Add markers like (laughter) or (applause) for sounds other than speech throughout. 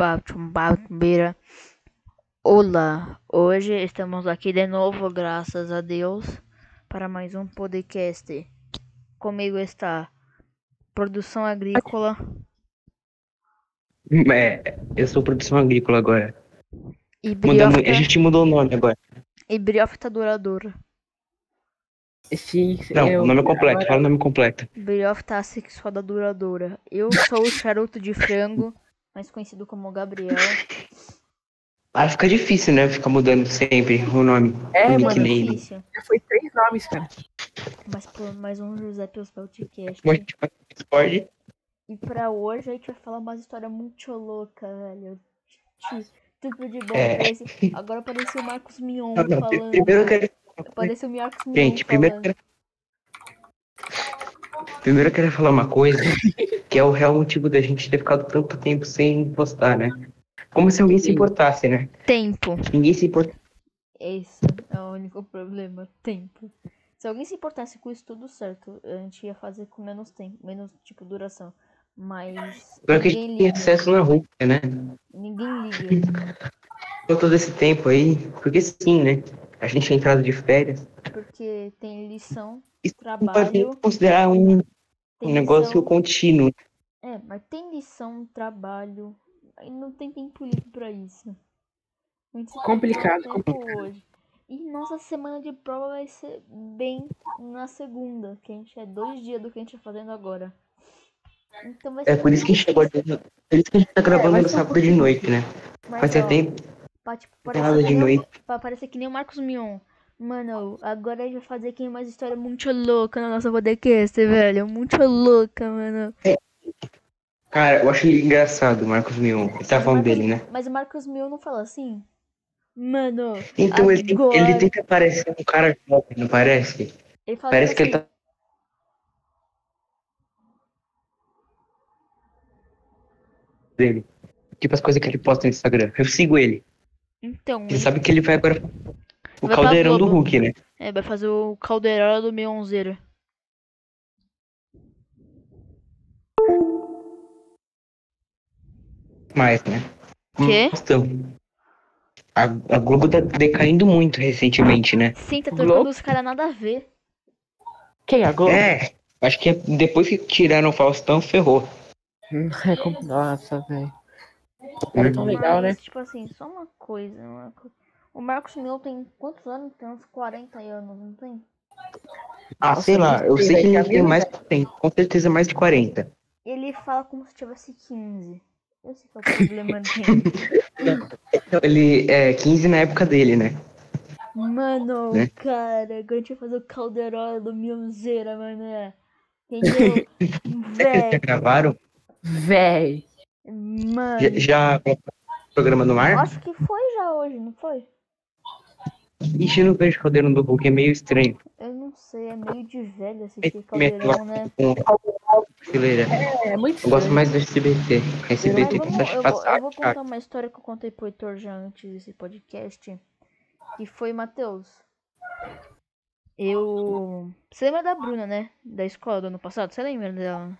Chuchupurubatumbatumbeira. Olá, hoje estamos aqui de novo, graças a Deus, para mais um podcast. Comigo está Produção Agrícola. É, eu sou produção agrícola agora. E Mudamos- a Briófita, gente mudou o nome agora. e Briófita duradoura. Sim, Não, eu- o nome é completo. Fala o nome completo. Briófita assexuada duradoura. Eu sou o charuto de frango, mais conhecido como Gabriel. Ah, fica difícil, né? Ficar mudando sempre o nome. É, Nick Mas mano, name. difícil. já foi três nomes, cara. Mas por mais um José Pius Podcast. Como a gente faz no Discord? E pra hoje a gente vai falar uma história muito louca, velho. Ti- Tudo de bom. É. Ah, parece- Agora parecia o Marcos Mion Não, não, pri- falando. primeiro eu quero. Parecia o Marcos Mion Gente, primeiro eu falando. quero. Primeiro eu quero falar uma coisa, que é o real motivo da gente ter ficado tanto tempo sem postar, né? Como se alguém se Sim. importasse, né? Tempo. Ninguém se importa. Esse é o único problema. Tempo. Se alguém se importasse com isso tudo certo, a gente ia fazer com menos tempo, menos tipo duração. Mas Agora que a gente ninguém tem liga. acesso na rua, né? Ninguém (laughs) liga. Ficou Todo esse tempo aí, porque sim, né? A gente tinha entrado de férias. Porque tem lição, Isso Pode trabalho. então considerar um Tem um negócio lição, contínuo. É, mas tem lição, trabalho. Aí não tem tempo livre pra isso. A gente só tem Complicado, pouco tempo hoje. E nossa semana de prova vai ser bem na segunda, que a gente é dois dias do que a gente tá fazendo agora. Então vai É ser por isso que a gente agora. Por isso que a gente tá gravando É, vai no ser um sábado de noite, né? Mas, Faz ser ó, tempo tá pra, tipo, nada parecer que de nem, noite. pra parecer que nem o Marcos Mion. Mano, agora a gente vai fazer aqui uma história muito louca na nossa podcast, velho. Muito louca, mano. Cara, eu acho ele engraçado, Marcos Mion. Você tá falando dele, né? Mas o Marcos Mion não fala assim? Mano, Então ele, Agora. ele tenta parecer um cara jovem, não parece? ele fala Parece que tipo ele tá. Dele. Tipo as coisas que ele posta no Instagram. Eu sigo ele. Então, Ele sabe que ele vai agora. O Vai pra caldeirão do Globo. Hulk, né? é, vai fazer o caldeirão do Mionzeiro. Mais, né? Quê? Então, a, a Globo tá decaindo muito recentemente, né? Sim, tá Louco. trocando os caras nada a ver. Quem agora? É, acho que é- depois que tiraram o Faustão, ferrou. É como- Nossa, velho. É Era tão legal, né? Mas, tipo assim, só uma coisa. uma co- O Marcos Mion tem quantos anos? Tem uns 40 anos, não tem? Ah, Nossa, sei lá, não eu sei, sei que velho, ele tem Camila, mais, tem, com certeza mais de 40. Ele fala como se tivesse 15. Esse que é o (laughs) problema dele. Então, Ele é 15 na época dele, né? Mano, Né? cara, agora a gente vai fazer o caldeirão do Mionzeiro, mano. é. (laughs) Entendeu? Já Véi, gravaram? Véi. mano. Já, já colocaram o programa no ar? Acho que foi já hoje, não foi? Ixi, eu não vejo o caldeirão do Hulk, é meio estranho. Eu não sei, é meio de velho assistir Meio- Caldeirão, né? Com brasileira. É muito Eu gosto mais do SBT. Mas SBT vamos, tá eu, vou, eu vou chato. contar um uma história que eu contei pro Heitor já antes desse podcast. Que foi, Matheus. Eu. Você lembra da Bruna, né? Da escola do ano passado? Você lembra dela?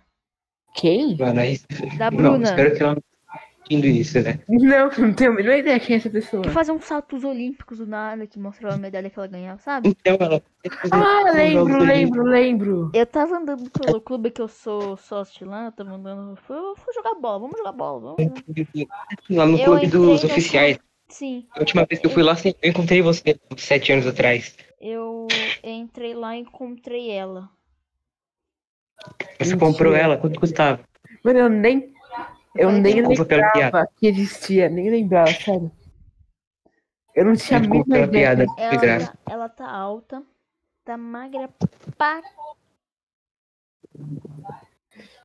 Quem? Mano, é aí- Da Não, Bruna. espero que ela não esteja assistindo isso, né? Não, (laughs) não tenho a menor ideia quem é essa pessoa. Que fazia uns saltos olímpicos do nada, que mostrava a medalha que ela ganhava, sabe? Então ela. Ah, lembro, lembro, lembro. Eu tava andando pelo clube que eu sou sócio lá, eu tava andando. Fui, fui jogar bola, vamos jogar bola, vamos. né? um Lá no Eu clube entrei dos no oficiais. Sim. A última vez que eu fui lá, eu encontrei você uns sete anos atrás. Eu entrei lá e encontrei ela. Você Mentira. comprou ela? Quanto custava? Mano, eu nem. Eu Vai, nem Desculpa pela piada. lembrava que existia, nem lembrava, sério. Eu não tinha a Desculpa mínima pela ideia. piada. Foi Ela, graça. tá- ela tá alta, tá magra pra.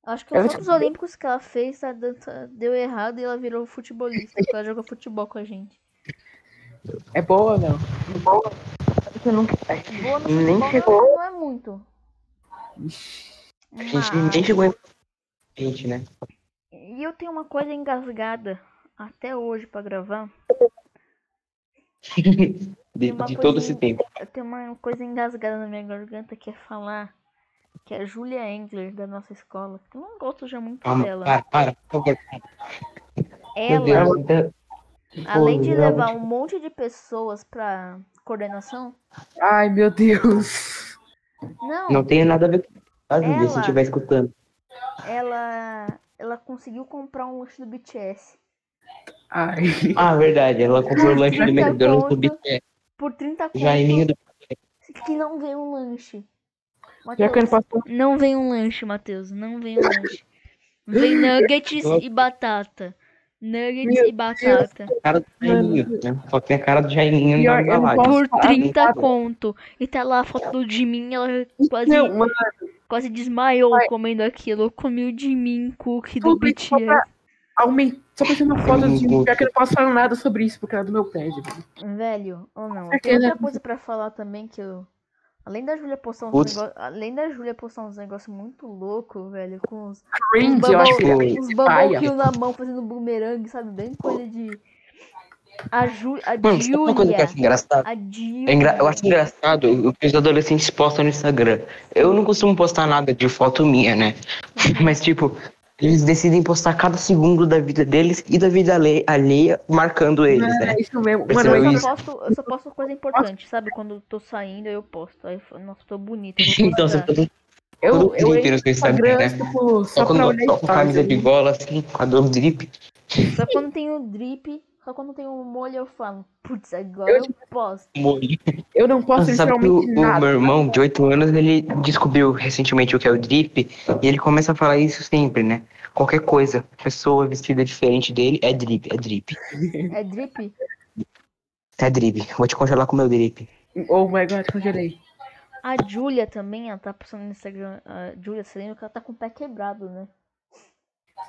Acho que Ela os te- Jogos Olímpicos que ela fez tá dan- tá- deu errado e ela virou futebolista, porque ela jogou futebol com a gente. É boa ou não? É boa. Sabe que eu nunca. é, Boa no Nem futebol chegou. não, não é muito. A gente nem Mas... chegou em gente, né? E eu tenho uma coisa engasgada até hoje pra gravar. De, Uma de coisa todo esse tempo. Eu tenho uma coisa engasgada na minha garganta que é falar que a Julia Engler da nossa escola, que eu não gosto já muito Calma, dela. para, para, por favor. Ela, Meu Deus, então, ainda- além Pô, de ela- levar um monte de pessoas pra coordenação, Ai, meu Deus. não, Não tem nada a ver com a Júlia, se Ela- estiver escutando. ela ela conseguiu comprar um lanche do BTS Ai. Ah, verdade, ela (laughs) comprou o lanche do Trinta McDonald's conto. do BTS. por 30 conto, Já em mim, que não veio um lanche. Já que Matheus, ano passado Não vem um lanche, Matheus. Não vem um lanche. Vem nuggets e batata. Nuggets Meu e batata. a cara do Jaiminho, né? Só tem a cara do Jaiminho Pior, na eu não embalagem. Por posso- Ah, 30 batata. conto. E tá lá a foto do Jimin, ela quase, Não, mano, quase desmaiou comendo aquilo. Eu comi o Jimin Cookie do Tudo isso BTS. aumentou. Só pensando na foto Hum, de puta. pior que não passaram nada sobre isso, porque era do meu prédio. velho. Velho, ou não? Com Tem outra certeza. coisa pra falar também que eu. Além da Júlia postar uns Putz. negócios. Além da Júlia postar uns negócios muito loucos, velho, com uns Randy, eu acho que Bubble- ele Os Paia. bambuquinhos na mão fazendo bumerangue, sabe? Bem coisa de. A, Ju... a Mano, sabe uma coisa que eu Julia. acho engraçado? A Julia. É engra- Eu acho engraçado o que os adolescentes postam no Instagram. Eu não costumo postar nada de foto minha, né? (laughs) Mas, tipo, eles decidem postar cada segundo da vida deles e da vida ale- alheia, marcando eles, né? É isso mesmo. Mas Mano, eu- eu- Eu isso. só, posto, eu só posto coisa importante, sabe? Quando eu tô saindo, eu posto. Aí eu falo, nossa, tô bonita. eu vou (laughs) Então, você postar. todo, todo eu. o dia Eu. inteiro no Instagram, Instagram, né? Só tipo, só pra quando olhar eu tô com camisa de gola, assim, com a dor drip. Só quando tem o drip, só quando tem o molho, eu falo, putz, agora eu, posto. molho. Eu não posso Sabe que o, literalmente o meu nada. irmão, de 8 anos, ele descobriu recentemente o que é o drip e ele começa a falar isso sempre, né? Qualquer coisa, pessoa vestida diferente dele é drip, é drip. É drip? É drip. Vou te congelar com o meu drip. Oh my god, congelei. A Julia também, ela tá postando no Instagram. A Julia, você lembra que ela tá com o pé quebrado, né?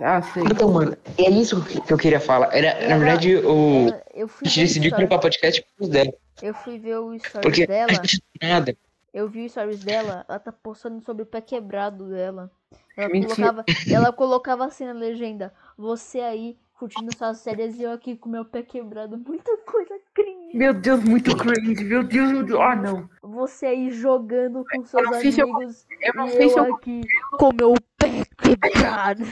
Ah, sei. Então, mano, é isso que eu queria falar. Era, na Ela- verdade, o, Ela- eu fui a gente ver o decidiu story- gravar podcast por causa dela. eu fui ver o stories Porque dela. a gente não nada. Eu vi os stories dela, ela tá postando sobre o pé quebrado dela. Ela Mentira. colocava, ela colocava assim na legenda: Você aí curtindo suas séries e eu aqui com meu pé quebrado. Muita coisa cringe. Meu Deus, muito cringe. Meu Deus, meu Deus. Ah, não. Você aí jogando com seus não sei se eu- amigos Eu não e sei se eu, eu aqui com meu pé quebrado.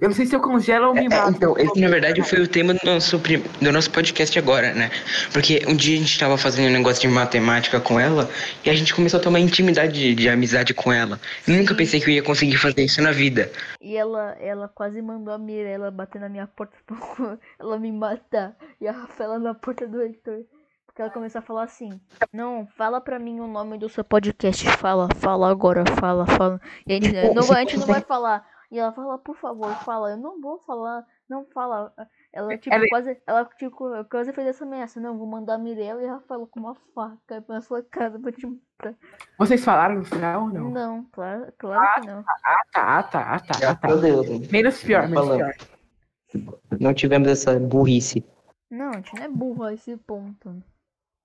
eu não sei se eu congelo ou me É, mato. então, esse na verdade foi o tema do nosso, prim- do nosso podcast agora, né? Porque um dia a gente tava fazendo um negócio de matemática com ela e a gente começou a tomar intimidade de, de amizade com ela. Eu nunca pensei que eu ia conseguir fazer isso na vida. E ela, ela quase mandou a Mirella bater na minha porta (laughs) pra co- ela me matar. E a Rafaela na porta do Heitor. Porque ela começou a falar assim: Não, fala pra mim o nome do seu podcast. Fala, fala agora, fala, fala. E a gente Tipo, não, você vai- a gente não vai falar. E ela fala: Por favor, fala. Eu não vou falar, não fala. Ela, tipo, Ela- quase, ela, tipo, quase fez essa ameaça. Não, vou mandar a Mirella e a Rafaela com uma faca na sua casa pra te matar. Vocês falaram no final ou Não, Hum. não? claro, claro que não. Ah, tá, ah, tá, ah, tá, ah, tá. Deus, Menos pior, menos Falando. pior. não tivemos essa burrice. Não, a gente não é burro a esse ponto.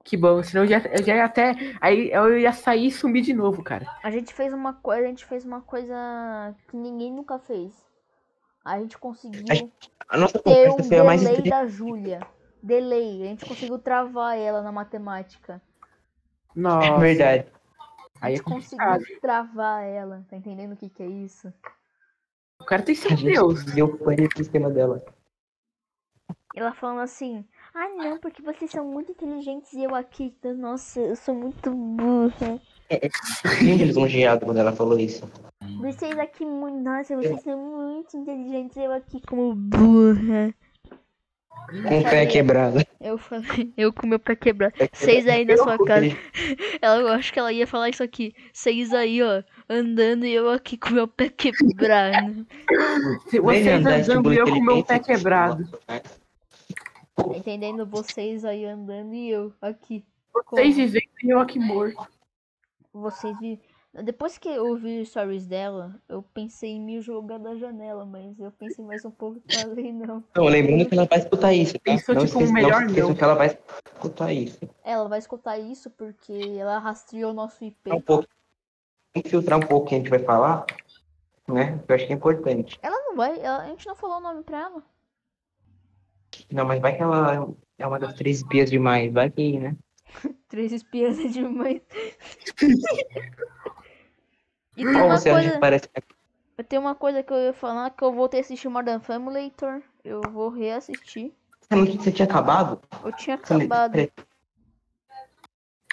Que bom, senão eu já, eu já ia até. Aí eu ia sair e sumir de novo, cara. A gente fez uma coisa, a gente fez uma coisa que ninguém nunca fez. A gente conseguiu A nossa ter conversa um é foi a mais delay inteligente. da Júlia. Delay, a gente conseguiu travar ela na matemática. Nossa. É Verdade. A Aí é gente complicado. conseguiu travar ela, tá entendendo o que que é isso? O cara tem que ser A um gente deus. deu pane no sistema dela. Ela falando assim: "Ah, não, porque vocês são muito inteligentes e eu aqui, então, nossa, eu sou muito burra. Gente, lisonjeado quando ela falou isso. Vocês aqui, mu- nossa, vocês são muito inteligentes e eu aqui como burra." Com o pé quebrado. Eu falei, eu com meu pé quebrado. Vocês aí na sua casa. Ela, eu acho que ela ia falar isso aqui. Vocês aí, ó, andando e eu aqui com meu pé quebrado. Se vocês andando e eu com meu tipo, pé quebrado. Tá Entendendo? Vocês aí andando e eu aqui. Vocês vivendo e eu aqui morto. Vocês vi... Depois que eu vi os stories dela, eu pensei em me jogar da janela, mas eu pensei mais um pouco e falei, não. Não, lembrando que ela vai escutar isso, tá? Isso é não tipo um esqueça- não melhor esqueçam não. que ela vai escutar isso. Ela vai escutar isso porque ela rastreou nosso IP. filtrar um pouco, tem que filtrar um pouco o que a gente vai falar, né? Eu acho que é importante. Ela não vai. ela- a gente não falou o nome pra ela. Não, mas vai que ela é uma das três espias demais, vai que, né? Três (laughs) espias é (laughs) demais. e tem Ou uma você acha É coisa. que parece que Eu tenho uma coisa que eu ia falar, que eu voltei a assistir Modern Family, Heitor. Eu vou reassistir. Você não você tinha acabado? Eu tinha Você me- acabado.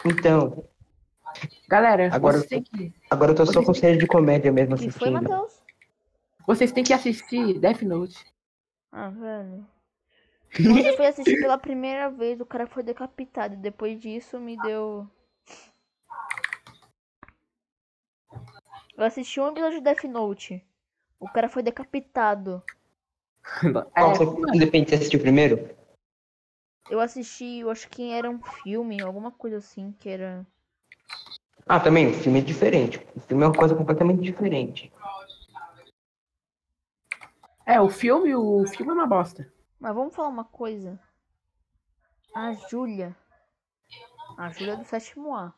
Então, Galera, Agora vocês, eu têm que, agora eu tô só com série de comédia mesmo Que foi, assistindo. Matheus? vocês têm que assistir (laughs) Death Note. Ah, velho. Quando eu fui assistir pela primeira vez, o cara foi decapitado. e Depois disso, me deu. Eu assisti um episódio de Death Note. O cara foi decapitado. Qual É, você depende de assistir primeiro? Eu assisti, eu acho que era um filme, alguma coisa assim, que era. Ah, também, o filme é diferente. O filme é uma coisa completamente diferente. é, o filme, o filme é uma bosta. Mas vamos falar uma coisa. A Júlia. A Júlia é do sétimo A.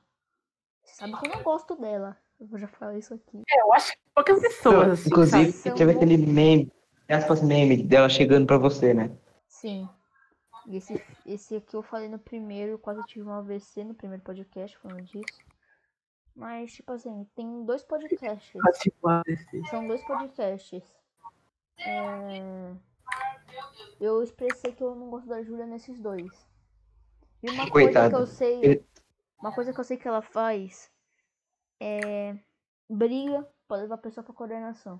Você sabe que eu não gosto dela. Eu já falei isso aqui. É, eu acho que poucas pessoas, assim, Inclusive, sabe? teve aquele meme, aspas meme dela chegando pra você, né? Sim. E esse, esse aqui eu falei no primeiro, eu quase tive um AVC no primeiro podcast falando disso. Mas, tipo assim, tem dois podcasts. sabe? Assim, São dois podcasts. É, Eu expressei que eu não gosto da Júlia nesses dois. E uma coisa que Coitada. eu sei. Ele- Uma coisa que eu sei que ela faz é. Briga pra levar a pessoa pra coordenação.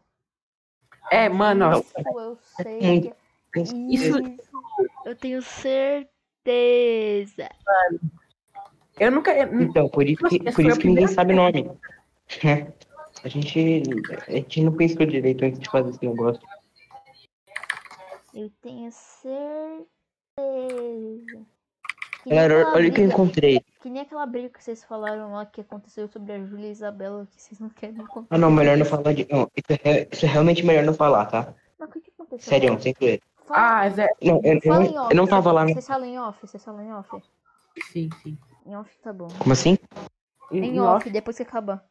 É, mano, ó, é Isso eu sei Hum, que é Isso- eu tenho certeza. eu nunca. eu- Então, por isso que, Nossa, por foi a isso que ninguém primeira sabe o nome. (laughs) né? A gente, a gente não pensou direito antes de fazer esse negócio. Eu tenho certeza. Que nem Galera, aquela olha o que eu briga- encontrei. que nem aquela briga que vocês falaram lá que aconteceu sobre a Júlia e a Isabela, que vocês não querem me contar. Ah, não, melhor não falar de. Não, isso é, re- isso é realmente melhor não falar, tá? Mas o que, que aconteceu? Sério, sem zoeira. Fala, Ah, Zé. Não, eu, eu fala em não, off. eu não tava lá, né? Vocês falam em off, vocês falam em off. Sim, sim. Em off tá bom. Como assim? Em Nossa, off, depois que acabar.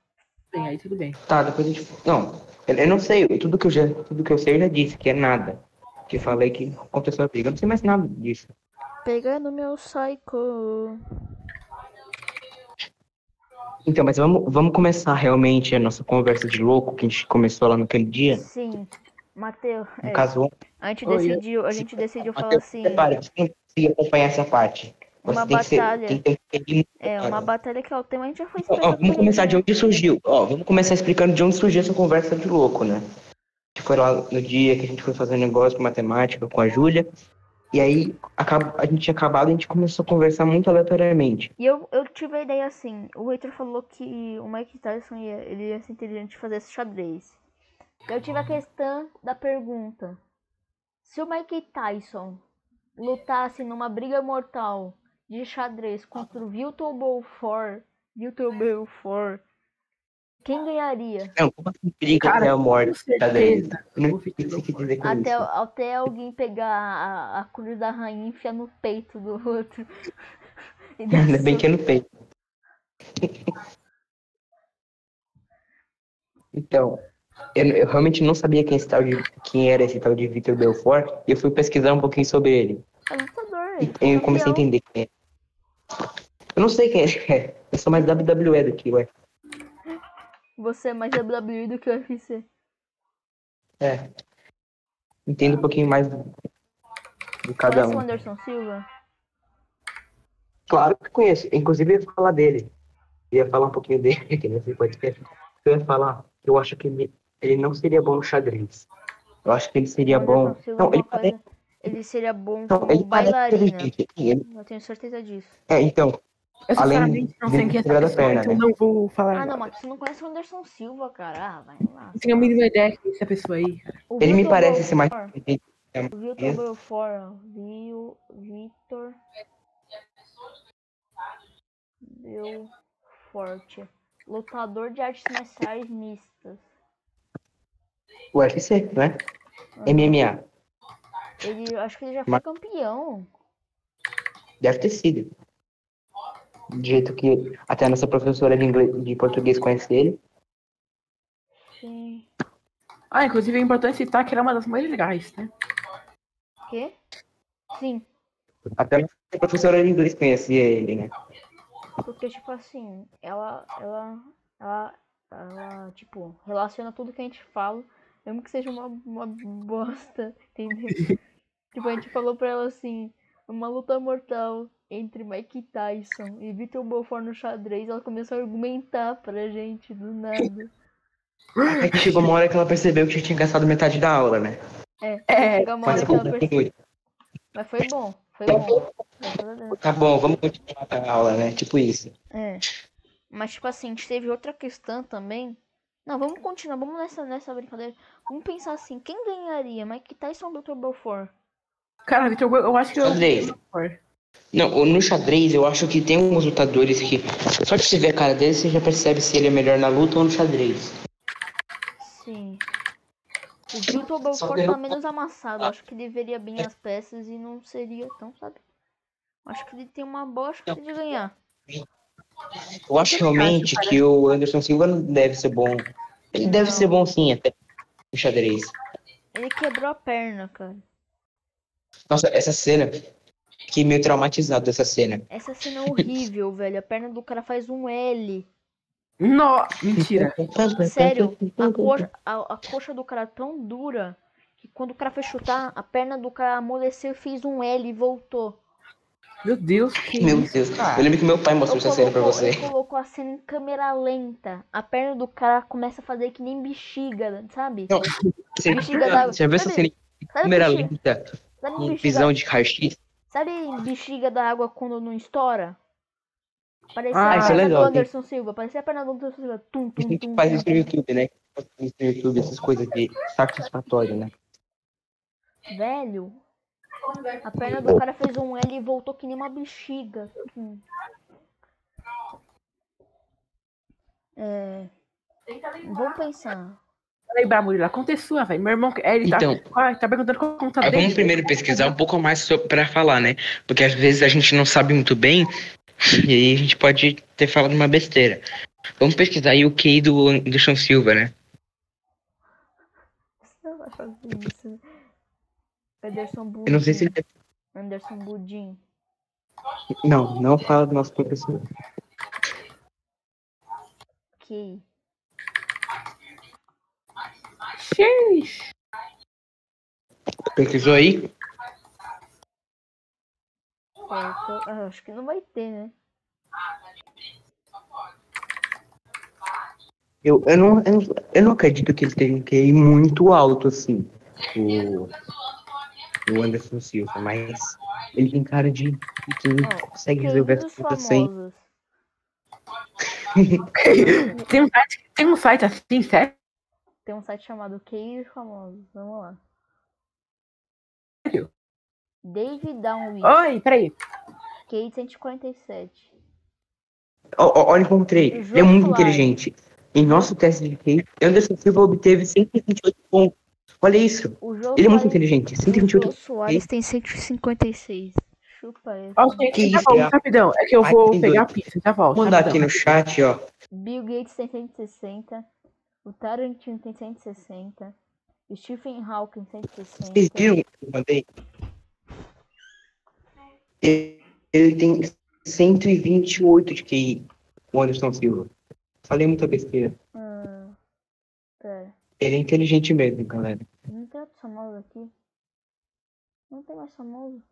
bem, aí tudo bem. Tá, depois a gente. Não, eu, eu não sei. Tudo que eu, já, tudo que eu sei eu já disse, que é nada. Que falei que aconteceu a briga. Eu não sei mais nada disso. Pegando meu psycho. Então, mas vamos, vamos começar realmente a nossa conversa de louco que a gente começou lá naquele dia. Sim. Matheus, No é, caso, a gente Oi, eu- decidiu, a gente decidiu falar Matheus, assim. prepara, você não conseguiu acompanhar essa parte. Você Uma tem que ser- batalha. tem que ter- tem que- É, uma batalha que é o tema, a gente já foi Ó, ó, explicando vamos começar de direitinho. onde surgiu. Ó, vamos começar explicando de onde surgiu essa conversa de louco, né? Que foi lá no dia que a gente foi fazer um negócio com matemática com a Júlia. E aí acab- a gente tinha acabado, a gente começou a conversar muito aleatoriamente. E eu, eu tive a ideia assim, o Heitor falou que o Mike Tyson ia, ele ia ser inteligente de fazer esse xadrez. Eu tive a questão da pergunta. Se o Mike Tyson lutasse numa briga mortal de xadrez contra o Vitor Belfort, Vitor Belfort, quem ganharia? Não, como assim briga Cara, até a com morte? tá certeza. Eu não o sei o Vitor que você quer dizer com Até, isso. até alguém pegar a, a cruz da rainha e enfiar no peito do outro. (laughs) E dar Ainda bem soco. que eu não tenho. (laughs) Então, eu, eu realmente não sabia quem, esse tal de- quem era esse tal de Victor Belfort, e eu fui pesquisar um pouquinho sobre ele. É lutador, E ele foi eu comecei a campeão. entender quem é. Eu não sei quem é, (laughs) eu sou mais WWE do que ué. Você é mais WWE do que o UFC. É. Entendo um pouquinho mais do, do cada Conhece o um. Anderson Silva? Claro que conheço, inclusive eu ia falar dele. Eu ia falar um pouquinho dele aqui nesse podcast. Eu ia falar que eu acho que ele, ele não seria bom no xadrez. Eu acho que ele seria Anderson bom. Silva é Não, uma ele parece. coisa- ele seria bom Não, como ele parece bailarina. inteligente. Ele- Eu tenho certeza disso. É, então. Eu Além sinceramente não de sei quem é quebrar essa da pessoa, perna, então né? não vou falar. Ah, não, nada. mas tu não conhece o Anderson Silva, cara. Ah, vai lá. Não tenho a mínima ideia quem é essa pessoa aí. cara. O Ele me Vitor parece ser mais. Belfort, O Vitor Belfort, ó. Isso. Viu, Vitor. Belfort. Lutador de artes marciais mistas. UFC, né? Ah. MMA. Ele, eu acho que ele já foi Mas- campeão. Deve ter sido. Do jeito que até a nossa professora de, inglês, de português conhece ele. Sim. Ah, inclusive é importante citar que ela é uma das mais legais, né? Quê? Sim. Até a nossa professora de inglês conhecia ele, né? Porque, tipo assim, ela, ela, ela, ela, tipo, relaciona tudo que a gente fala Mesmo que seja uma, uma bosta, (laughs) entendeu? tipo, a gente falou pra ela assim, uma luta mortal entre Mike Tyson e Vitor Belfort no xadrez, ela começou a argumentar pra gente do nada. Aí que chegou uma hora que ela percebeu que já tinha gastado metade da aula, né? É, É, chegou uma Mas hora que ela tudo perce- bem. Mas foi bom, foi Então, bom. Graças a Deus. tá bom, vamos continuar com a aula, né? Tipo isso. É. Mas, tipo assim, a gente teve outra questão também. Não, vamos continuar, vamos nessa, nessa brincadeira. Vamos pensar assim, quem ganharia? Mike Tyson ou Dr. Belfort? Cara, Vitor, eu acho que eu. Xadrez. Não, no xadrez eu acho que tem uns lutadores que. Só de você ver a cara dele, você já percebe se ele é melhor na luta ou no xadrez. Sim. O Dr. Belfort tá derrubou- menos amassado. eu Acho que ele veria bem as peças e não seria tão, sabe? Acho que ele tem uma boa chance de ganhar. Eu acho realmente que o Anderson Silva não deve ser bom. Ele deve ser bom sim, até no xadrez. Ele quebrou a perna, cara. Nossa, essa cena. Fiquei meio traumatizado dessa cena. Essa cena é horrível, velho. A perna do cara faz um L. No... (laughs) Mentira. Sério, a coxa, a, a coxa do cara é tão dura que quando o cara foi chutar, a perna do cara amoleceu e fez um L e voltou. Meu Deus, que Meu isso, Deus. cara. Eu lembro que meu pai mostrou Ele essa cena pra colocou- você. ele colocou a cena em câmera lenta. A perna do cara começa a fazer que nem bexiga, sabe? Não, Você Bexiga d'água. você já viu essa Sabe- cena em Sabe câmera bexiga- lenta, sabe em bexiga- visão de raio-x? Sabe bexiga da água quando não estoura? Parecia Ah, a isso é perna legal, do tem- Anderson Silva. Parecia a perna do Anderson Silva. Tum, A tum, gente tum, faz tum, isso no YouTube, né? Faz Isso no YouTube, essas coisas de satisfatório, né? Velho, a perna do cara fez um L e voltou que nem uma bexiga. Hum. É. Vamos pensar. Lembrar, Murilo, aconteceu, velho. Meu irmão, é, ele Então. tá, ah, ele tá perguntando qual a conta Aí dele. vamos primeiro pesquisar um pouco mais sobre- pra falar, né? Porque às vezes a gente não sabe muito bem e aí a gente pode ter falado uma besteira. Vamos pesquisar aí o QI do, do Sean Silva, né? Você não vai fazer isso, né? Anderson Budin. Eu não sei se ele é... Anderson Budin. Não, não fala do nosso professor. Ok. Xiii. Pesquisou aí? Certo. Ah, acho que não vai ter, né? Eu, eu, não, eu, não- eu não acredito que ele tenha um QI muito alto, assim, o, o Anderson Silva, mas ele tem cara de que não Ó, consegue Queridos resolver as coisas é sem. famosos. Tem um site, tem um site assim, sério? Tem um site chamado QI dos Famosos. Vamos lá. Sério? David Downey. Oi, peraí. QI 147. Ó, ó, olha, encontrei. Eu Ele é juro muito por lá. inteligente. Em nosso teste de QI, Anderson Silva obteve 128 pontos. Olha isso. O jogo Ele é muito inteligente. 128 O Jô Soares tem 156. Chupa esse. Ó, gente, Que tá isso, bom, é? rapidão. É que eu Ai, vou tem pegar a pizza, já volto. Vou mandar aqui rapidão. no chat, ó. Bill Gates tem 160. O Tarantino tem 160. O Stephen Hawking Vocês 160. viram o que eu mandei? Ele ele tem 128 de QI, o Anderson Silva. Falei muita besteira. Ah, pera. Ele é inteligente mesmo, galera. Não tem outro famoso aqui? Não tem mais famoso?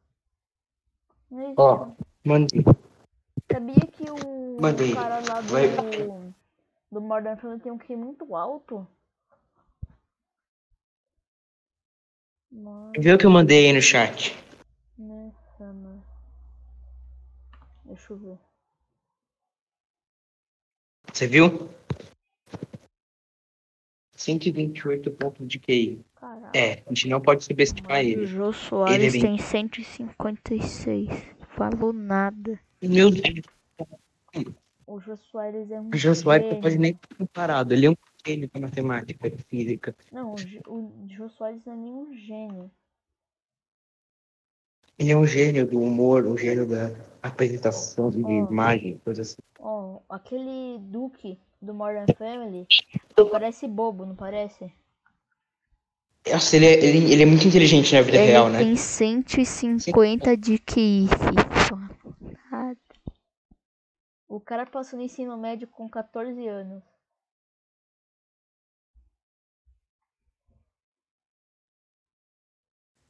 Não existe. Ó. Mandei. Sabia que o, o Mandei. cara lá Vai. do, do Modern Family tem um QI muito alto? Mano. Vê o que eu mandei aí no chat. Né, Hannah? Deixa eu ver. Você viu? 128 pontos de QI. Caraca. É, a gente não pode subestimar mano, O ele. é Jô Soares bem- tem 156. Falou nada. Meu Deus, O Jô Soares é um. o Jô Soares tá gênio. não pode nem ser comparado. Ele é um gênio da matemática, de física. Não, o Jô- o Jô Soares não é nenhum gênio. Ele é um gênio do humor, um gênio da apresentação de Ó. imagem, coisas assim. Ó, aquele Duke do Modern Family parece bobo, não parece? Nossa, ele é, ele, ele é muito inteligente na vida Ele real, né? tem 150 de QI. filho. Nada. O cara passou no ensino médio com 14 anos.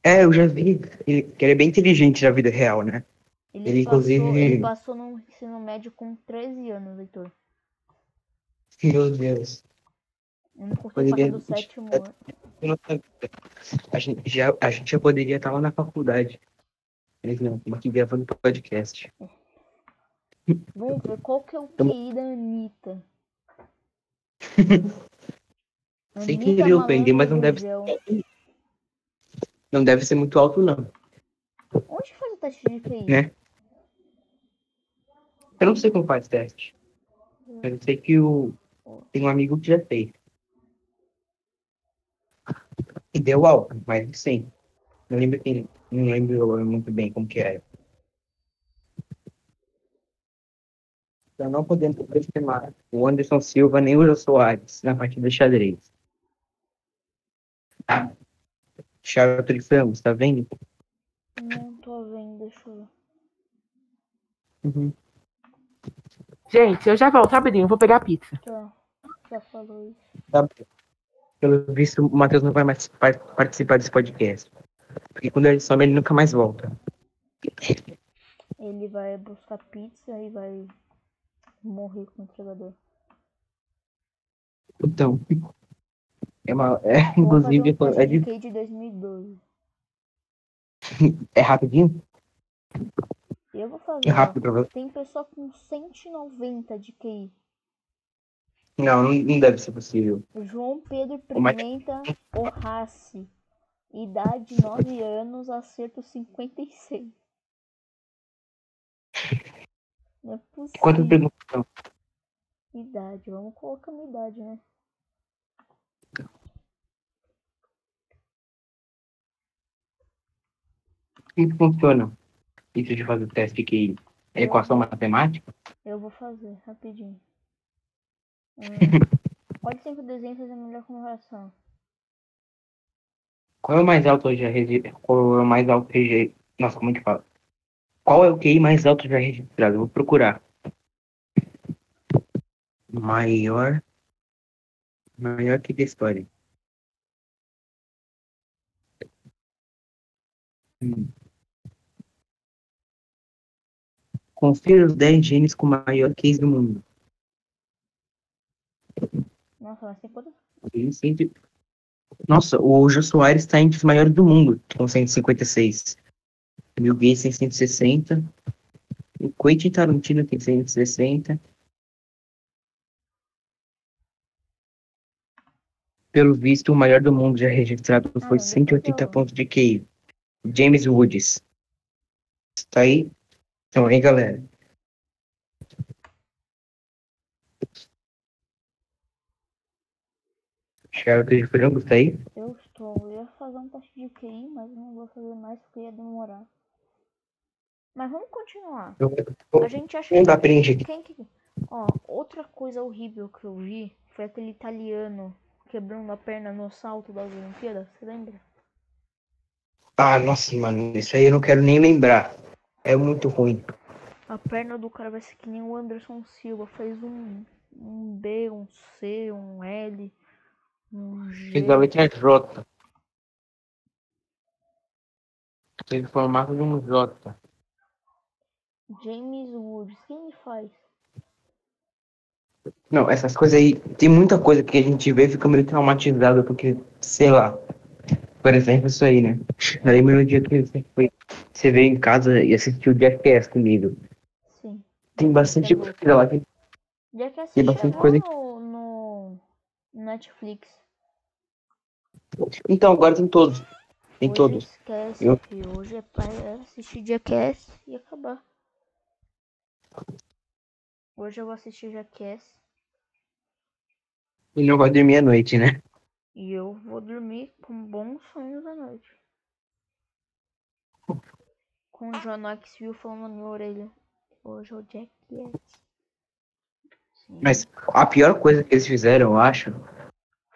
É, eu já vi. Ele, que ele é bem inteligente na vida real, né? Ele, Ele, passou, inclusive- ele passou no ensino médio com 13 anos, Heitor. Meu Deus. Eu não Mas ele consegui passar é do muito sétimo ano. Eu não sabia. A gente já, a gente já poderia estar lá na faculdade. Mas não, estamos aqui gravando podcast. Vamos ver qual que é o Tamo- QI da Anitta. (laughs) Sei que ele viu bem, mas não deve ser. Não deve ser muito alto, não. Onde faz o teste de QI? Né? Eu não sei como faz teste. Eu sei que o... tem um amigo que já fez. E deu alto, mas sim. Não lembro, quem- não lembro muito bem como que era. Então não podemos estimar o Anderson Silva nem o Jô Soares na partida de xadrez. Charles Ramos, tá vendo? É. Não tô vendo, deixa eu ver. Gente, eu já volto rapidinho, vou pegar a pizza. Tá. Já falou isso. Tá. Pelo visto, o Matheus não vai mais par- participar desse podcast. Porque quando ele some, ele nunca mais volta. Ele vai buscar pizza e vai morrer com o entregador. Então. É uma. É, Vamos fazer inclusive, um é, teste de de- QI de 2012. é rapidinho? Eu vou fazer. É ó. rápido pra você. Tem pessoa com 190 de QI. Não, não- não deve ser possível. João Pedro Ô, mas- Pimenta Orrace. Idade 9 anos, acerto 56. Não é possível. Quantas perguntas são? Idade, vamos colocar uma idade, né? Como que funciona? Isso de fazer o teste de QI? É equação matemática? Eu vou fazer, (laughs) rapidinho. Hum. Qual de cinco desenhos faz a melhor comparação? Qual é o mais alto já registrado? Qual é o mais alto registrado? Nossa, como é que fala? Qual é o QI mais alto já registrado? Eu Vou procurar. Maior. Maior que da história. Hum. Confira os 10 genes com maior QI do mundo. Nossa, mas tem quantas? Ele sempre- Nossa, o Jô Soares está entre os maiores do mundo, com 156. Bill Gates tem 160. O Quentin Tarantino tem 160. Pelo visto, o maior do mundo já registrado Ah, foi mas 180 então- pontos de QI. James Woods. Tá aí? Então aí, galera. Chegaram de frango, tá aí? Eu estou. Eu ia fazer um teste de QI, mas eu não vou fazer mais porque ia demorar. Mas vamos continuar. Eu- A gente acha Vamos que. dar print aqui. Quem que... Ó, outra coisa horrível que eu vi foi aquele italiano quebrando a perna no salto das Olimpíadas, você lembra? Ah, nossa, mano, isso aí eu não quero nem lembrar. É muito ruim. A perna do cara vai ser que nem o Anderson Silva, fez um, um B, um C, um L, um G. Antigamente é Jota. Teve formato de um Jota. James Woods, quem ele faz? Não, essas coisas aí, tem muita coisa que a gente vê e fica meio traumatizado, porque, sei lá. Por exemplo, isso aí, né? Eu lembro no dia que você foi. Você veio em casa e assistiu Jackass comigo. Sim. Tem bastante coisa lá que Já que assim Tem bastante coisa que- no, no Netflix. Então, agora tem todos. Tem hoje todos. Esquece, Eu- que hoje é pra assistir Jackass e acabar. Hoje eu vou assistir Jackass E não vai dormir à noite, né? e eu vou dormir com bons sonhos à noite. Com o John Knoxville falando na minha orelha. Hoje é o Jackass. Sim. Mas a pior coisa que eles fizeram, eu acho,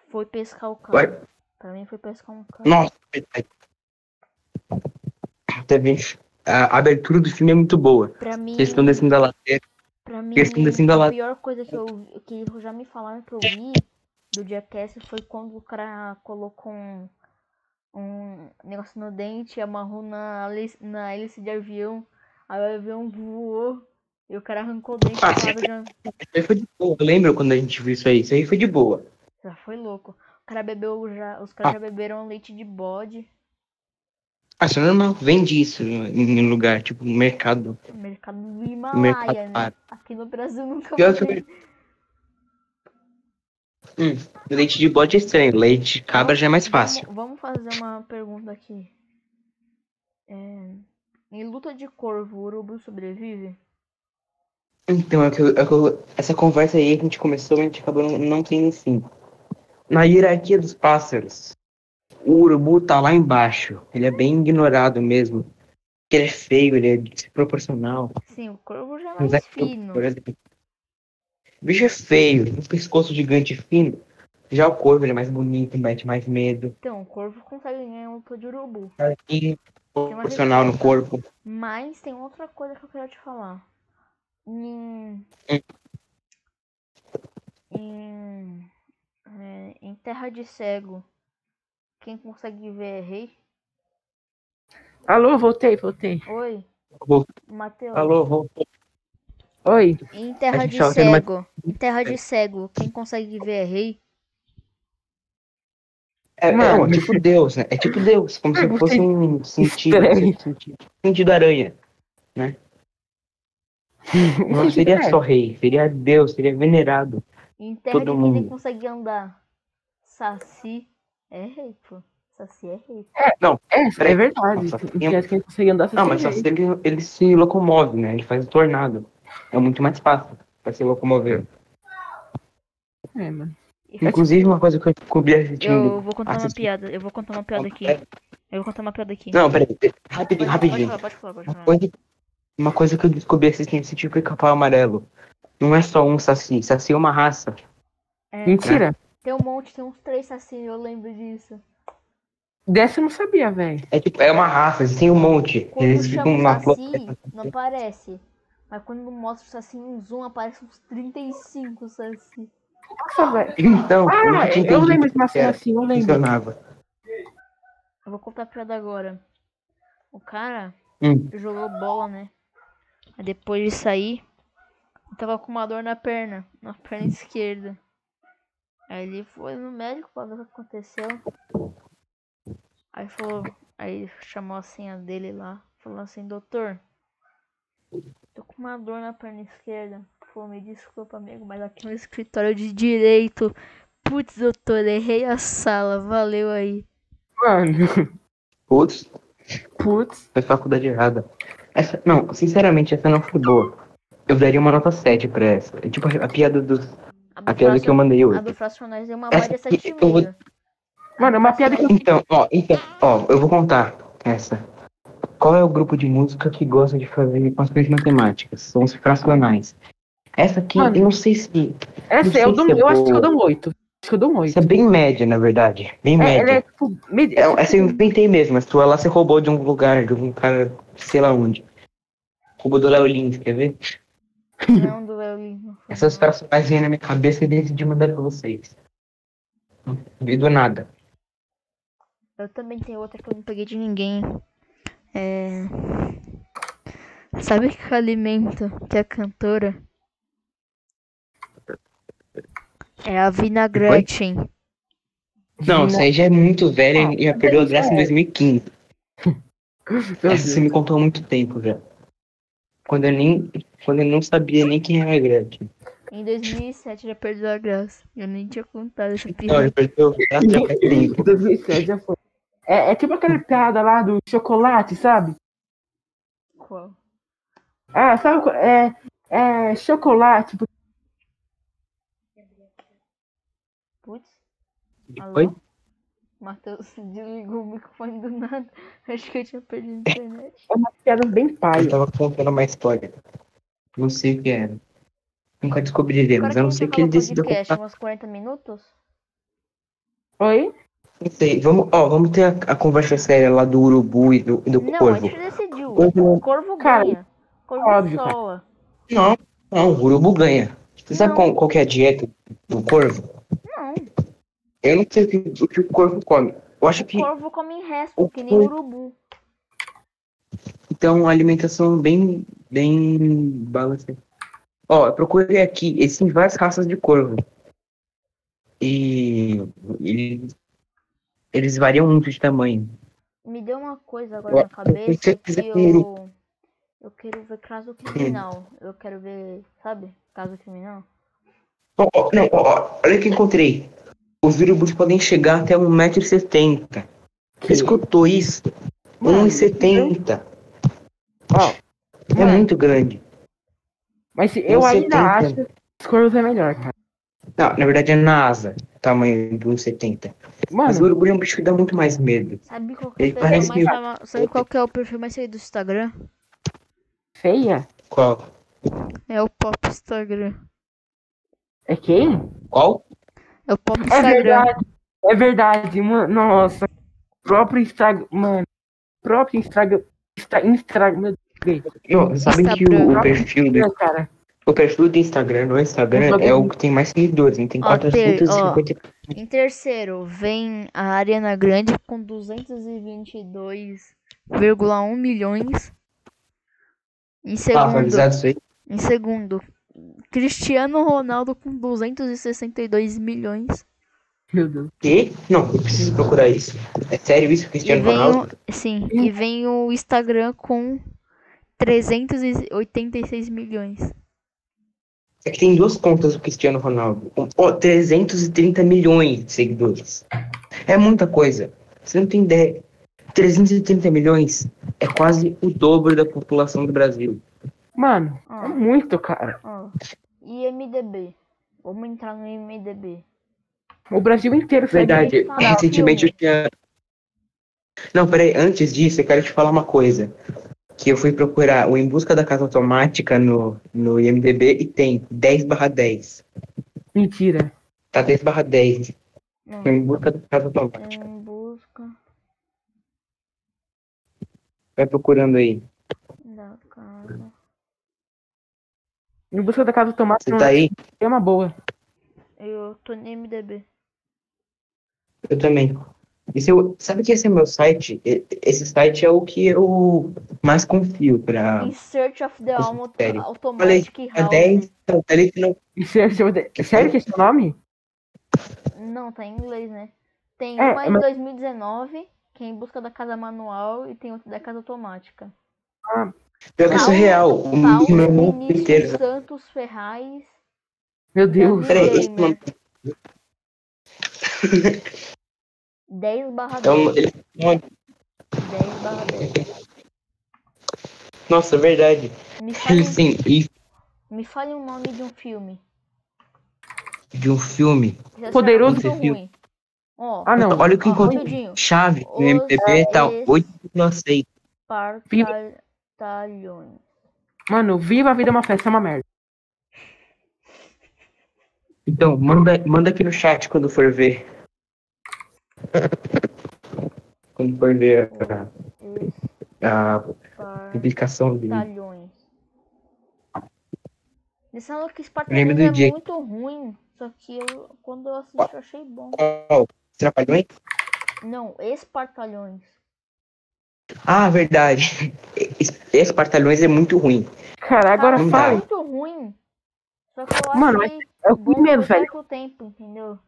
Foi pescar o cara. Vai. Pra mim foi pescar um cara. Nossa, verdade. Teve... A abertura do filme é muito boa. Pra mim, Eles estão descendo a ladeira. pra mim eles estão descendo a a lata. pior coisa que, eu, que já me falaram que eu vi do Jackass foi quando o cara colocou um, um negócio no dente, amarrou na, hélice- na hélice de avião, aí o avião voou e o cara arrancou o dente Ah, do cara já... Isso aí foi de boa. Lembra quando a gente viu isso aí? Isso aí foi de boa. já foi louco. O cara bebeu já. Os caras já beberam leite de bode. Ah, isso é normal. Vende isso em em lugar, tipo, no mercado. Mercado do No mercado Himalaia, né? árabe. Aqui no Brasil nunca Pior que teve. Leite de bode é estranho. Leite de cabra já é mais fácil. Vamos, vamos fazer uma pergunta aqui. É, Em luta de corvo, o urubu sobrevive? Então, é que, eu- é que eu- essa conversa aí que a gente começou, a gente acabou não, não tendo fim. Na hierarquia dos pássaros, o urubu tá lá embaixo. Ele é bem ignorado mesmo. Porque ele é feio, ele é desproporcional. Sim, o corvo já é Mas mais é que eu- fino. por exemplo, o bicho é feio, um pescoço gigante e fino. Já o corvo ele é mais bonito, mete mais medo. Então, o corvo consegue ganhar em luta de urubu. E proporcional no corpo. Mas tem outra coisa que eu quero te falar. Em. Em. é, em Terra de Cego, quem consegue ver é rei? Alô, voltei, voltei. Oi, Vou- Matheus. Alô, voltou. Oi. Em Terra de tava tendo uma- Cego, em Terra de Cego, quem consegue ver é rei? É, é, Mano. ó, tipo Deus, né? É tipo Deus, como se fosse um sentido. Estranho. Sentido, sentido aranha, né? Não seria só rei, seria Deus, seria venerado. Em Terra Todo de quem nem mundo. consegue andar, Saci é rei, pô. Saci é rei. É, é verdade. Nossa, um Não esquece que a gente consegue andar Não, mas só se ele, ele se locomove, né? Ele faz o tornado. É muito mais fácil pra se locomover. É, mano. E- Inclusive, uma coisa que eu descobri assistindo. Eu vou contar uma assistindo- piada, eu vou contar uma piada aqui. Eu vou contar uma piada aqui. Não, peraí, te- rapidinho, Pode- Pode Então, rapidinho. falar, pode falar, pode Uma falar. coisa, uma coisa que eu descobri assistindo esse tipo de capão amarelo. Não é só um saci, saci é uma raça. É, Tá. Mentira. tem um monte, tem uns três saci, eu lembro disso. Dessa eu não sabia, velho. É tipo, é uma raça, eles têm um monte. Quando eles chama ficam na o flor. saci, não aparece. Mas quando mostra o saci em zoom, aparece uns 35 saci. Nossa, velho. Então, eu Ah, nunca tinha eu lembro entendido de uma cena era. é assim, eu como lembro. funcionava. Eu vou contar a piada agora. O cara Hum. jogou bola, né? Aí depois de sair, eu tava com uma dor na perna, na perna esquerda. Aí ele foi no médico pra ver o que aconteceu. Aí falou, aí chamou a senha dele lá, falou assim, doutor, tô com uma dor na perna esquerda. Falou, me desculpa, amigo, mas aqui no escritório de direito. Putz, doutor, errei a sala, valeu aí. Mano, Putz, putz. foi faculdade errada. Essa, não, sinceramente, essa não foi boa. Eu daria uma nota 7 pra essa. É tipo a, a piada dos. A do A piada que fracio- eu mandei A hoje. do Fracionais é uma Essa média aqui 7,5. eu vou- Mano, é uma piada que eu. Então, ó, então, ó, eu vou contar essa. Qual é o grupo de música que gosta de fazer questões matemáticas? São os fracionais. Essa aqui, Mano. eu não sei se. Essa sei eu, dou, se é eu acho que boa. eu dou um 8. Acho que eu dou um 8. Isso é bem média, na verdade. Bem É, ela média. é tipo. me- É, essa eu inventei mesmo, mas tu ela se roubou de um lugar, de um cara, sei lá onde. Roubou do Léo Lins, quer ver? Não, do Leolinho. Essas fracionais vêm na minha cabeça e decidi mandar pra vocês. E do nada. Eu também tenho outra que eu não peguei de ninguém. É. Sabe que alimento que é cantora? É a Vina Gretchen. Não, isso aí já é muito velho Ah, e já perdeu a graça em é. 2015. Meu Essa você me contou há muito tempo já. Quando eu nem. Quando eu não sabia nem quem era a Gretchen. Em 2007 já perdeu a graça. Eu nem tinha contado essa Não, piada. ele perdeu a graça faz tempo. 2007 já foi. É, é tipo aquela piada lá do chocolate, sabe? Qual? Ah, sabe? qual- É, é chocolate. porque- Putz. Oi? Alô? Matheus desligou o microfone do nada. Acho que eu tinha perdido a internet. É uma piada bem Eu paia. tava contando uma história. Não sei o que era. Nunca descobriremos, a não ser que ele decida tá podcast, contar. uns 40 minutos? Oi? Não sei. Vamos, ó, vamos ter a, a conversa séria lá do urubu e do, e do Não, é a corvo. gente decidiu. Corvo- Corvo Cara, ganha. Corvo óbvio, cara. soa. Não, não, o urubu ganha. Você sabe Não. qual, qual que é a dieta do corvo? Não. Eu não sei o que, o que o corvo come. Eu acho que Corvo come resto, o que nem que- urubu. Então, a alimentação bem, bem balanceada. Ó, eu procurei aqui, existem várias raças de corvo. E eles, eles variam muito de tamanho. Me deu uma coisa Ué, agora na cabeça você um que quiser- eu. Eu quero ver Hum. caso criminal. Eu quero ver, sabe? Caso criminal. Ó, ó, não, ó, ó, olha o que encontrei. Os urubus podem chegar até 1,70m. Escutou isso? 1,70m. Ó, É mano, muito grande. Mas se- eu Você ainda tem acho que os corvos é melhor, cara. Não, na verdade é na asa, o tamanho de 1,70m. Mas o Mano, urubu é um bicho que dá muito mais medo. Sabe qual que é o Ele perfil parece mais que- fama- Sabe qual que é o perfil mais seguido do Instagram? feia Qual? É o Pop Instagram. é quem? Qual? É o Pop É Instagram. verdade. É verdade, mano. Nossa. Próprio Instagram. Mano. Próprio Instagram. Insta, Instagram. Meu Deus, Não, sabe que o, o perfil do, meu cara. o perfil do Instagram no Instagram é o que tem mais seguidores, né? Tem Ó, tem, 450 Em terceiro, vem a Ariana Grande com 222,1 milhões. Ah, Em segundo, atualizados aí. em segundo, Cristiano Ronaldo com 262 milhões. Meu Deus. Que? Não, eu preciso procurar isso. É sério isso, Cristiano e vem um- Ronaldo? o, sim, e vem o Instagram com 386 milhões. É que tem duas contas do Cristiano Ronaldo. Com, ó, 330 milhões de seguidores. É muita coisa. Você não tem ideia. 330 milhões é quase o dobro da população do Brasil. Mano, é Ó, muito, cara. ó. E MDB. Vamos entrar no MDB. O Brasil inteiro segue Verdade, Tem que falar recentemente eu tinha. Não, peraí, antes disso, eu quero te falar uma coisa. Que eu fui procurar o Em Busca da Casa Automática no, no IMDB e tem 10 barra 10. Mentira. Tá 10 barra 10. Não. no Em Busca da Casa Automática. Em busca Vai procurando aí. da casa. Em busca da casa do tomate Você tá aí? é uma boa. (laughs) Eu tô no MDB. Eu também. Esse eu, sabe que esse é meu site? E- Esse site é o que eu mais confio pra. In search of the Isso, Alma sério. Automatic É House. 10, tá ali que não. Sério, sério que esse é o nome? Não, tá em inglês, né? Tem É, uma em mas- 2019, que é em busca da casa manual, e tem outra da casa automática. Pior que isso é Paulo- real. O Paulo meu é mundo Vinícius inteiro. Santos Ferraz. Meu Gamer. Deus. Peraí, esse nome- 10 barra 10. É um, ele é um 10 barra 10. Nossa, é verdade. (laughs) Me fale, um- Ele tem isso me fale um nome de um filme. de um filme. Já Poderoso será é muito Fio. ruim. Ó, Ah, não. Olha o que ó, encontrei. rapidinho. Chave no Os MPB e tal. três 8,6. Partalhões. Mano, viva a vida é uma festa, é uma merda. Então, manda, manda aqui no chat quando for ver. Quando for ver a, a publicação dele. Partalhões. Nesse ano que Lembra Espartalhões do é dia- muito ruim. Só que eu, quando eu assisti, eu achei bom. Qual? Trapalhou, hein? Não, Espartalhões. Ah, verdade. Es- Espartalhões é muito ruim. Cara, agora Cara, fala. É fala. muito ruim. Só que eu Mano, achei É o bom primeiro, por velho. pouco tempo, entendeu?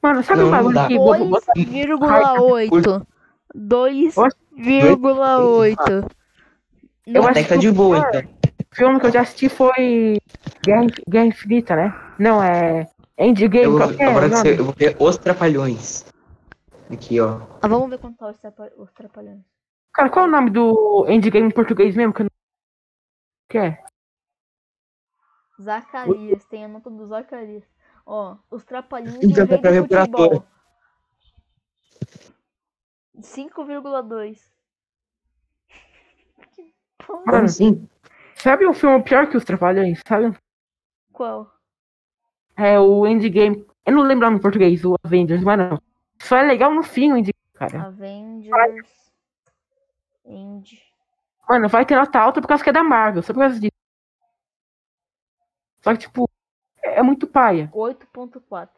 Mano, sabe Não, um não bagulho dá. que bobo bota? 2,8. 2,8. Eu Até que tá de boa, é. então. filme que eu já assisti foi Guerra, Inf- Guerra Infinita, né? Não, é Endgame, Eu vou, qual que é agora o que nome? você, eu vou ver os Trapalhões. Aqui, ó. Ah, vamos ver quanto tá os trapa- os trapalhões. Cara, qual é o nome do Endgame em português mesmo? Que, eu não... que é? Zacarias, tem a nota do Zacarias. Ó, os trapalhões Então, do tá rei pra do ver pra futebol. 5,2. (laughs) Que porra. Como assim? Sabe um filme pior que Os Trapalhões? Sabe? um- Qual? É o Endgame. Eu não lembro o nome em português, o Avengers, mas não. Só é legal no fim o Endgame, É. cara. Avengers. End. Mano, vai ter nota alta por causa que é da Marvel, só por causa disso. Só que, tipo, é é muito paia. 8.4.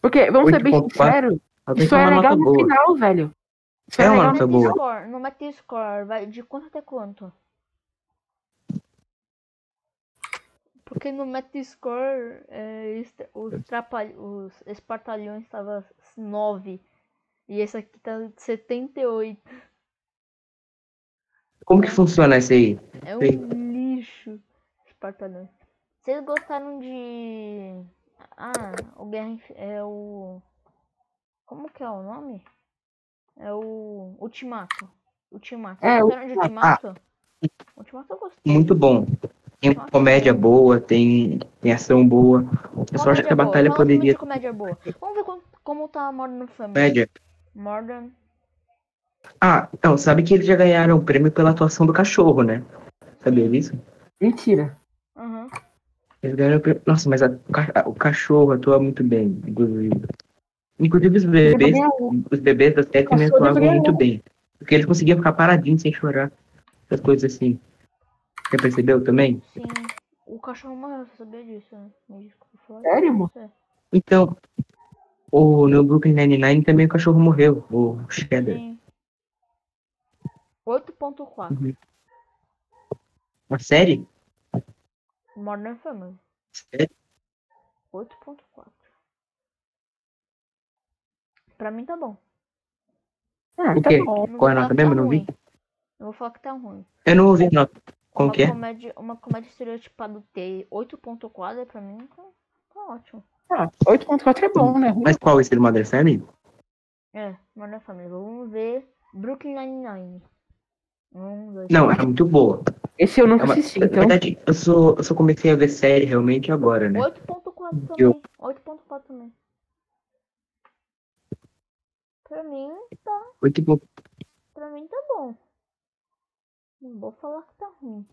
Porque, vamos ser bem 8.4. sinceros, Alguém isso tem é uma nota legal no boa. final, velho. Isso é, É uma legal nota no boa. final. Score, no Metascore, vai de quanto até quanto? Porque no Metascore, é, eles tra- os, trapal- os espartalhões estavam 9. E esse aqui tá 78. Como que funciona esse aí? É um Sim. lixo, espartalhões. Vocês gostaram de... Ah, o Guerra... Inf- É o... Como que é o nome? É o Ultimato. Ultimato. Vocês É, o gostaram de Ultimato? Ultimato eu gostei. Muito bom. Tem Nossa. comédia boa, tem, tem ação boa. Eu só acho Comédia que a é boa. batalha Fala poderia É. de comédia boa. Vamos ver como, como tá a Modern Family. comédia. Modern. Ah, então, sabe que eles já ganharam o prêmio pela atuação do cachorro, né? Sabia disso? Mentira. Aham. Eles ganharam o prêmio. Nossa, mas a- o ca- a- o cachorro atua muito bem, inclusive. Inclusive os bebês, os bebês da série também Cachorro atuavam ganhou. muito bem. Porque eles conseguiam ficar paradinhos sem chorar. Essas coisas assim. Você percebeu também? Sim. O cachorro morreu, você sabia disso, né? Me desculpa falar. Sério, mano? Sim. Então, o, no Brooklyn Nine-Nine também o cachorro morreu, o Cheddar. Sim. 8.4. Uma série? Modern Family. Sério? 8.4. Pra mim tá bom. Ah, O tá quê? bom. Não Qual é a vou nota falar que mesmo? tá Não vi. ruim. Eu vou falar que tá ruim. Eu não ouvi, não. Como uma que é? Comédia, uma comédia estereotipada ter 8.4 pra mim tá, tá ótimo. Ah, 8.4 é bom, né? Mas qual é esse do Mother Family? É, Modern Family. Vamos ver Brooklyn Nine-Nine. Um, dois, Não, três. é muito boa. Esse eu É nunca uma- assisti, na então. verdade, eu só, eu só comecei a ver série realmente agora, né? 8.4 também. Eu- 8.4 também. Pra mim, tá, Oito e pouco. pra mim tá bom. Não vou falar que tá ruim.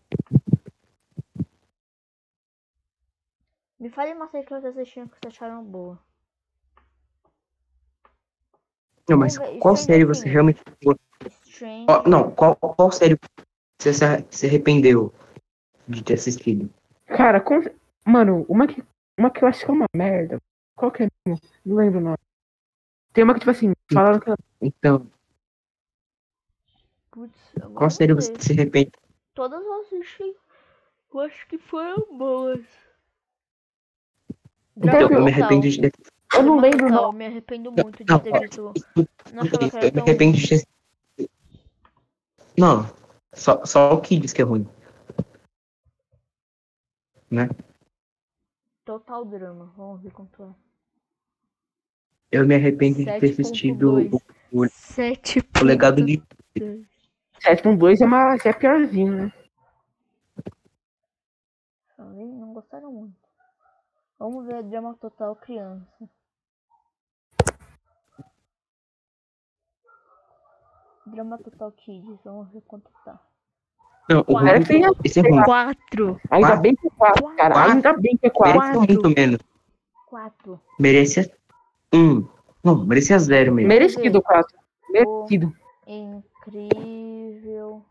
Me fale uma série que vocês assistiram que vocês acharam boa. Não, mas Vamos ver, qual Stranger série você Things. realmente. Strange. Qual- Não, qual, qual série você se se arrependeu de ter assistido? Cara, com... mano, uma que... uma que eu acho que é uma merda. Qual que é mesmo? Não lembro o nome. Tem uma que, tipo Hum. assim, falaram que. Então, Putz, agora qual não série você sei. se arrepende? Todas eu assisti. Eu acho que foram boas. Então, Então, eu me arrependo de ter. Eu não lembro o nome. Não, Então, me arrependo muito de Não, ter ó, visto. Nossa, então, Tudo ela isso, eu era me tão... arrependo de ter. Não, só, só o que diz que é ruim. Total drama. Vamos ver quanto é. Eu me arrependo de ter 7.2. assistido o, o- o 7. legado de. 7.2 é uma. já é piorzinho, Hum. né? Não gostaram muito. Vamos ver drama total criança. Drama total kids. Vamos ver quanto tá. Não, o Cara, ruim. tem a- Esse é ruim. 4. Ainda Quatro. bem que é 4, cara. Quatro. Ainda bem que é 4. Merecia muito menos. 4. Merecia um. Não, merecia zero mesmo. é Merecido, 4. Merecido. Incrível.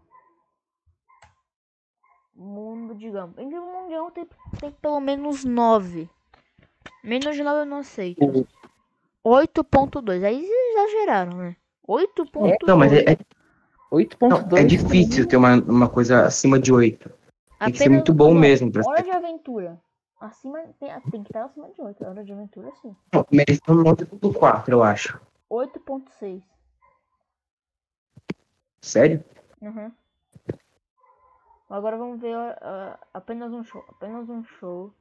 Mundo de Gumball. Incrível Mundo de Gumball tem, tem pelo menos 9. Menos de 9 eu não aceito. O- 8.2. Aí vocês exageraram, né? 8.2. Não, mas é, é- 8.2. não, é difícil ter uma, uma coisa acima de 8. Tem que ser Apenas- um. muito bom não, mesmo. Pra Hora de aventura. Acima, tem, tem que estar acima de 8. Hora de aventura, sim. não, mereceu um 9.4, eu acho. 8.6. Sério? Uhum. Agora vamos ver ah, apenas um show. Apenas um show.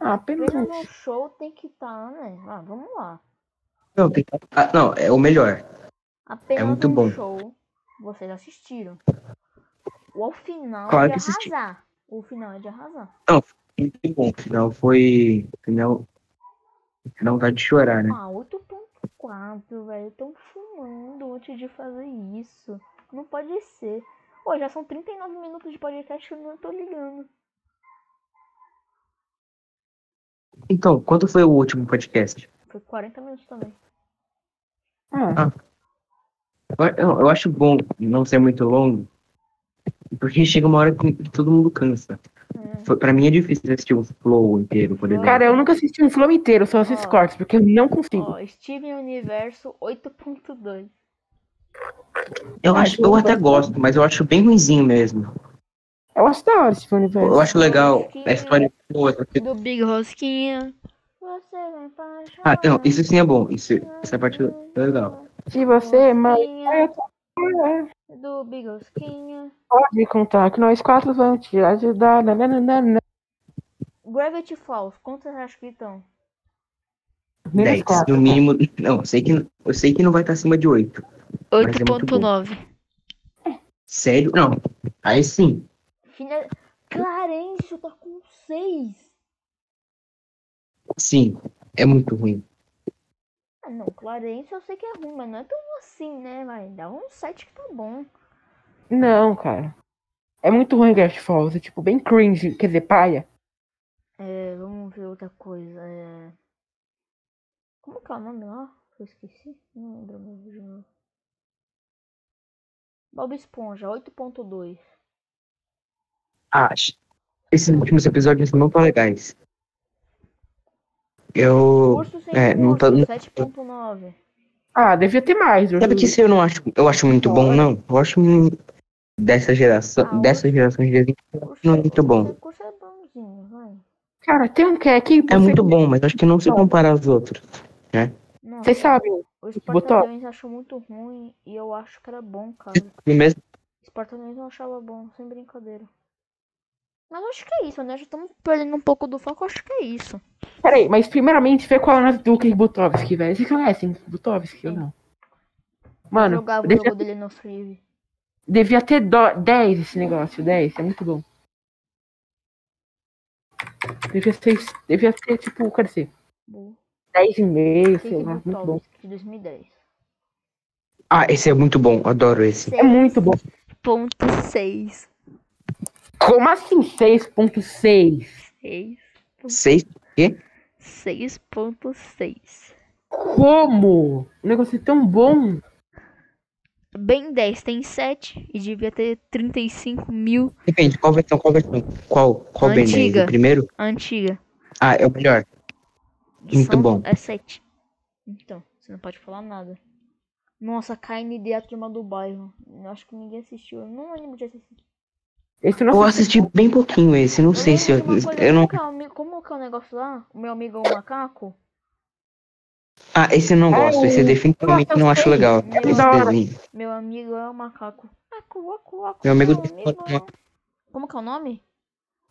Ah, apenas Apenas um. um show tem que estar, né? Ah, vamos lá. Não, tem- ah, não, é o melhor. Apenas muito um bom. show. Vocês assistiram. O final Claro é de que assisti. arrasar. O final é de arrasar. Muito bom. O final foi. o Final. o Final dá de chorar, né? Ah, 8.4, velho. Estão fumando antes de fazer isso. Não pode ser. Pô, já são 39 minutos de podcast que eu não tô ligando. Então, quanto foi o último podcast? Foi 40 minutos também. Ah, Eu, eu- eu acho bom não ser muito longo. Porque chega uma hora que todo mundo cansa. É, Foi- Pra mim é difícil assistir um flow inteiro, por exemplo. Cara, eu nunca assisti um flow inteiro, só assisto Ó. cortes, porque eu não consigo. Ó, Steven Universo 8.2. eu, acho, eu até gosto, mas eu acho bem ruimzinho mesmo. Eu acho da hora esse universo. Eu acho legal, a história é boa. só que- Do Big Rosquinha. Você é vai pra Ah, não, isso sim é bom. Isso, essa parte é legal. Se você é mas Rosquinha, Do Big Rosquinha. pode contar que nós quatro vamos te ajudar. nananana. Gravity Falls, quantas acho que estão? Nem os 10, né, quatro. no mínimo. Não, eu sei que, eu sei que não vai estar acima de 8. Mas é muito bom. 8.9. Sério? Não. Aí sim. Final... Clarence tá com 6. Sim. É muito ruim. Ah, não, Clarence eu sei que é ruim, mas não é tão assim, né? Vai, dá um 7 que tá bom. Não, cara. É muito ruim Gravity Falls, é tipo bem cringe, quer dizer, paia. É, vamos ver outra coisa. É... Como que é o nome lá? Eu esqueci. Não lembro mesmo de novo. Bob Esponja, 8.2. Ah, sh- esses últimos episódios não estão legais. Eu. Curso sem é, não tá- Gosto, não- 7.9. Ah, devia ter mais. eu Sabe juro. que isso eu não acho. Eu acho muito bom, não. Eu acho um- dessa geração. Dessa geração de desenho. Curso- Não é muito bom. Curso é bonzinho, vai. Cara, tem um que é que. É muito bom, mas acho que não se compara aos outros. Nossa, Vocês sabem. o botou? Espartanões eu acho muito ruim e eu acho que era bom, cara. E mesmo Espartanões eu achava bom, sem brincadeira. Mas eu acho que é isso, né? Já estamos perdendo um pouco do foco, eu acho que é isso. Peraí, mas primeiramente vê qual é o nome do Ken Butovski, velho. Vocês conhecem Butovski ou Sim. não? Mano, jogava o devia, jogo dele no save. devia ter dó- 10 esse negócio, 10, é muito bom. Devia ser, devia ter tipo, quer dizer, Boa. 10 e meio, sei Cake lá, do muito bom. Tobias, de 2010. Ah, esse é muito bom. Adoro esse. É muito bom. 6.6. Como assim 6.6? 6. 6.6. Como? O negócio é tão bom. Bem 10 tem 7 e devia ter 35 mil Depende, qual versão? Qual versão? Qual, qual Ben 10? Antiga. O primeiro? a antiga. Ah, é o melhor. E Muito bom. É 7. Então, você não pode falar nada. Nossa, KND a turma do bairro. Eu acho que ninguém assistiu. Eu não lembro de assistir. Esse é Eu não assisti bem pouquinho esse, não sei se eu. lembro de uma coisa, Eu não. como que é o ami- Como que é o negócio lá? O meu amigo é um macaco? Ah, esse eu não gosto. Esse eu definitivamente não acho legal. Nossa, Esse da hora. desenho. Meu amigo é um macaco. Acu, acu, acu. Meu amigo tem é amigo uma- é um- Como que é o nome?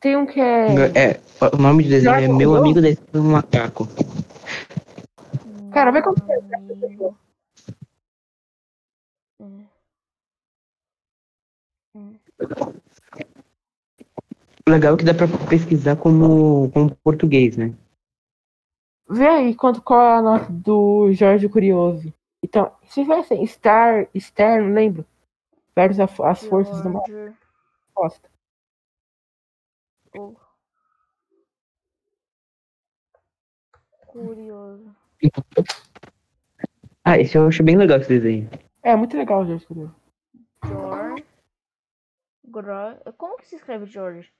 tem um que é. É, o nome do desenho é Meu Amigo Desenho do Macaco. Cara, vai como Amigo. Hum. O legal é que dá pra pesquisar como, como português, né? Vê aí quanto, qual é a nota do Jorge Curioso. Então, se tivessem Star, Stern, lembro. Versus a- as forças do mal Roger. resposta. Oh. Curioso. Ah, esse eu acho bem legal esse desenho. É muito legal o Jorge Curioso. George. Gro- Como que se escreve George?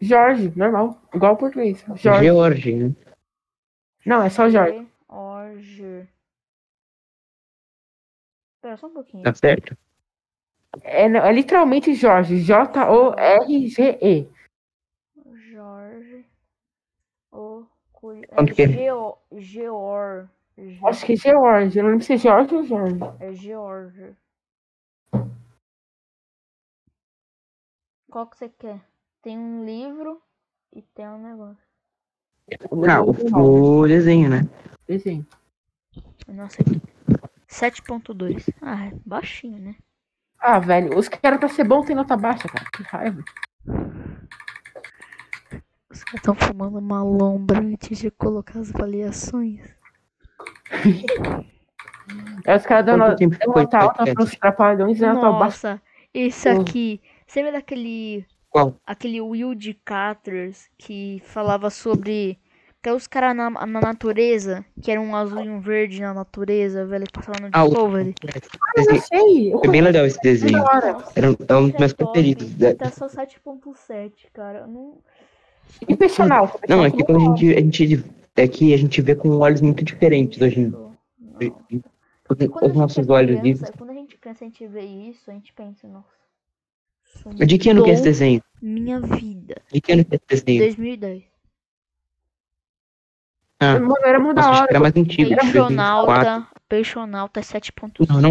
Jorge, normal. Igual ao português. Jorge. George, né? Não, é só Jorge. George. Pera só um pouquinho. Tá certo? É, não, é literalmente Jorge. J-O-R-G-E. Jorge. O Curi... Quanto que é? é? Geo... Geor... Ge- Acho que é George. Eu não lembro se é Jorge ou Jorge. É George. Qual que você quer? Tem um livro e tem um negócio. Ah, é o, o desenho, né? Desenho. Nossa, é aqui. 7.2. Ah, é baixinho, né? Ah, velho, os caras pra ser bom tem nota baixa, cara. Que raiva. Os caras estão fumando uma lombra antes de colocar as avaliações. Aí É, os caras dão Quanto nota tempo dão foi nota esse alta podcast? pros trapalhões e tá nota baixa. Nossa, esse Hum. aqui. Você lembra daquele Qual? aquele Will de Caters que falava sobre que é os caras na, na natureza, que era um azul e um verde na natureza, velho, que passava no Ah, o- Discovery. Eu Desenho- sei. Eu Foi bem legal esse desenho. é conheço. é né? Era um, é um dos meus preferidos. Tá só 7.7, cara. Eu não, Impressional. assim. Não, é que quando a gente, a gente. É que a gente vê com olhos muito diferentes hoje. em- Não. Os, Quando a os gente nossos é olhos vivos. criança, Quando a gente é criança, a gente vê isso, a gente pensa, nossa. isso De que ano que é esse mudou desenho? Minha vida. De que ano que é esse desenho? 2010. Ah, Mano, era muito nossa, da acho que hora. era mais antigo. tipo, 2004. Peixonauta. Peixonauta é 7.1. Não, não.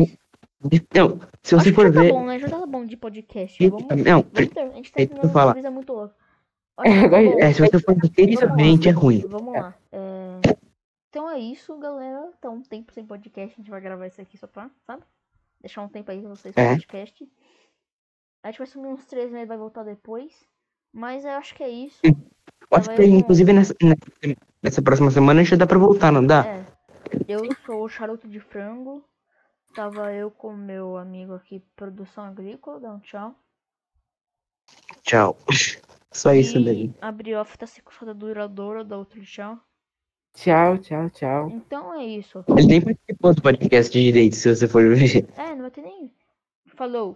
Não, se você Acho que for já tá ver. é, bom, né? Já tá bom de podcast. Vamos, Não, vamos ter, a gente tá deixa eu terminando uma falar. coisa muito (laughs) louca. É, Olha, tá bom. é, se você for ver seriamente, é ruim. Vamos lá. É, Então é isso, galera. Tá um tempo sem podcast. A gente vai gravar isso aqui só pra, sabe? Deixar um tempo aí pra vocês É. com podcast. A gente vai sumir uns três meses, vai voltar depois. Mas eu acho que é isso. Eu Acho que, inclusive, nessa, né, nessa próxima semana já dá pra voltar, não dá? É. Eu sou o charuto de frango. Tava eu com meu amigo aqui, produção agrícola. Dá um tchau. Tchau. Só É isso daí. E a Brioff tá se coçando duradoura, dá outro tchau. Tchau, tchau, tchau. Então é isso. Ele nem participou do podcast direito, se você for ver. É, não vai ter nem. Falou.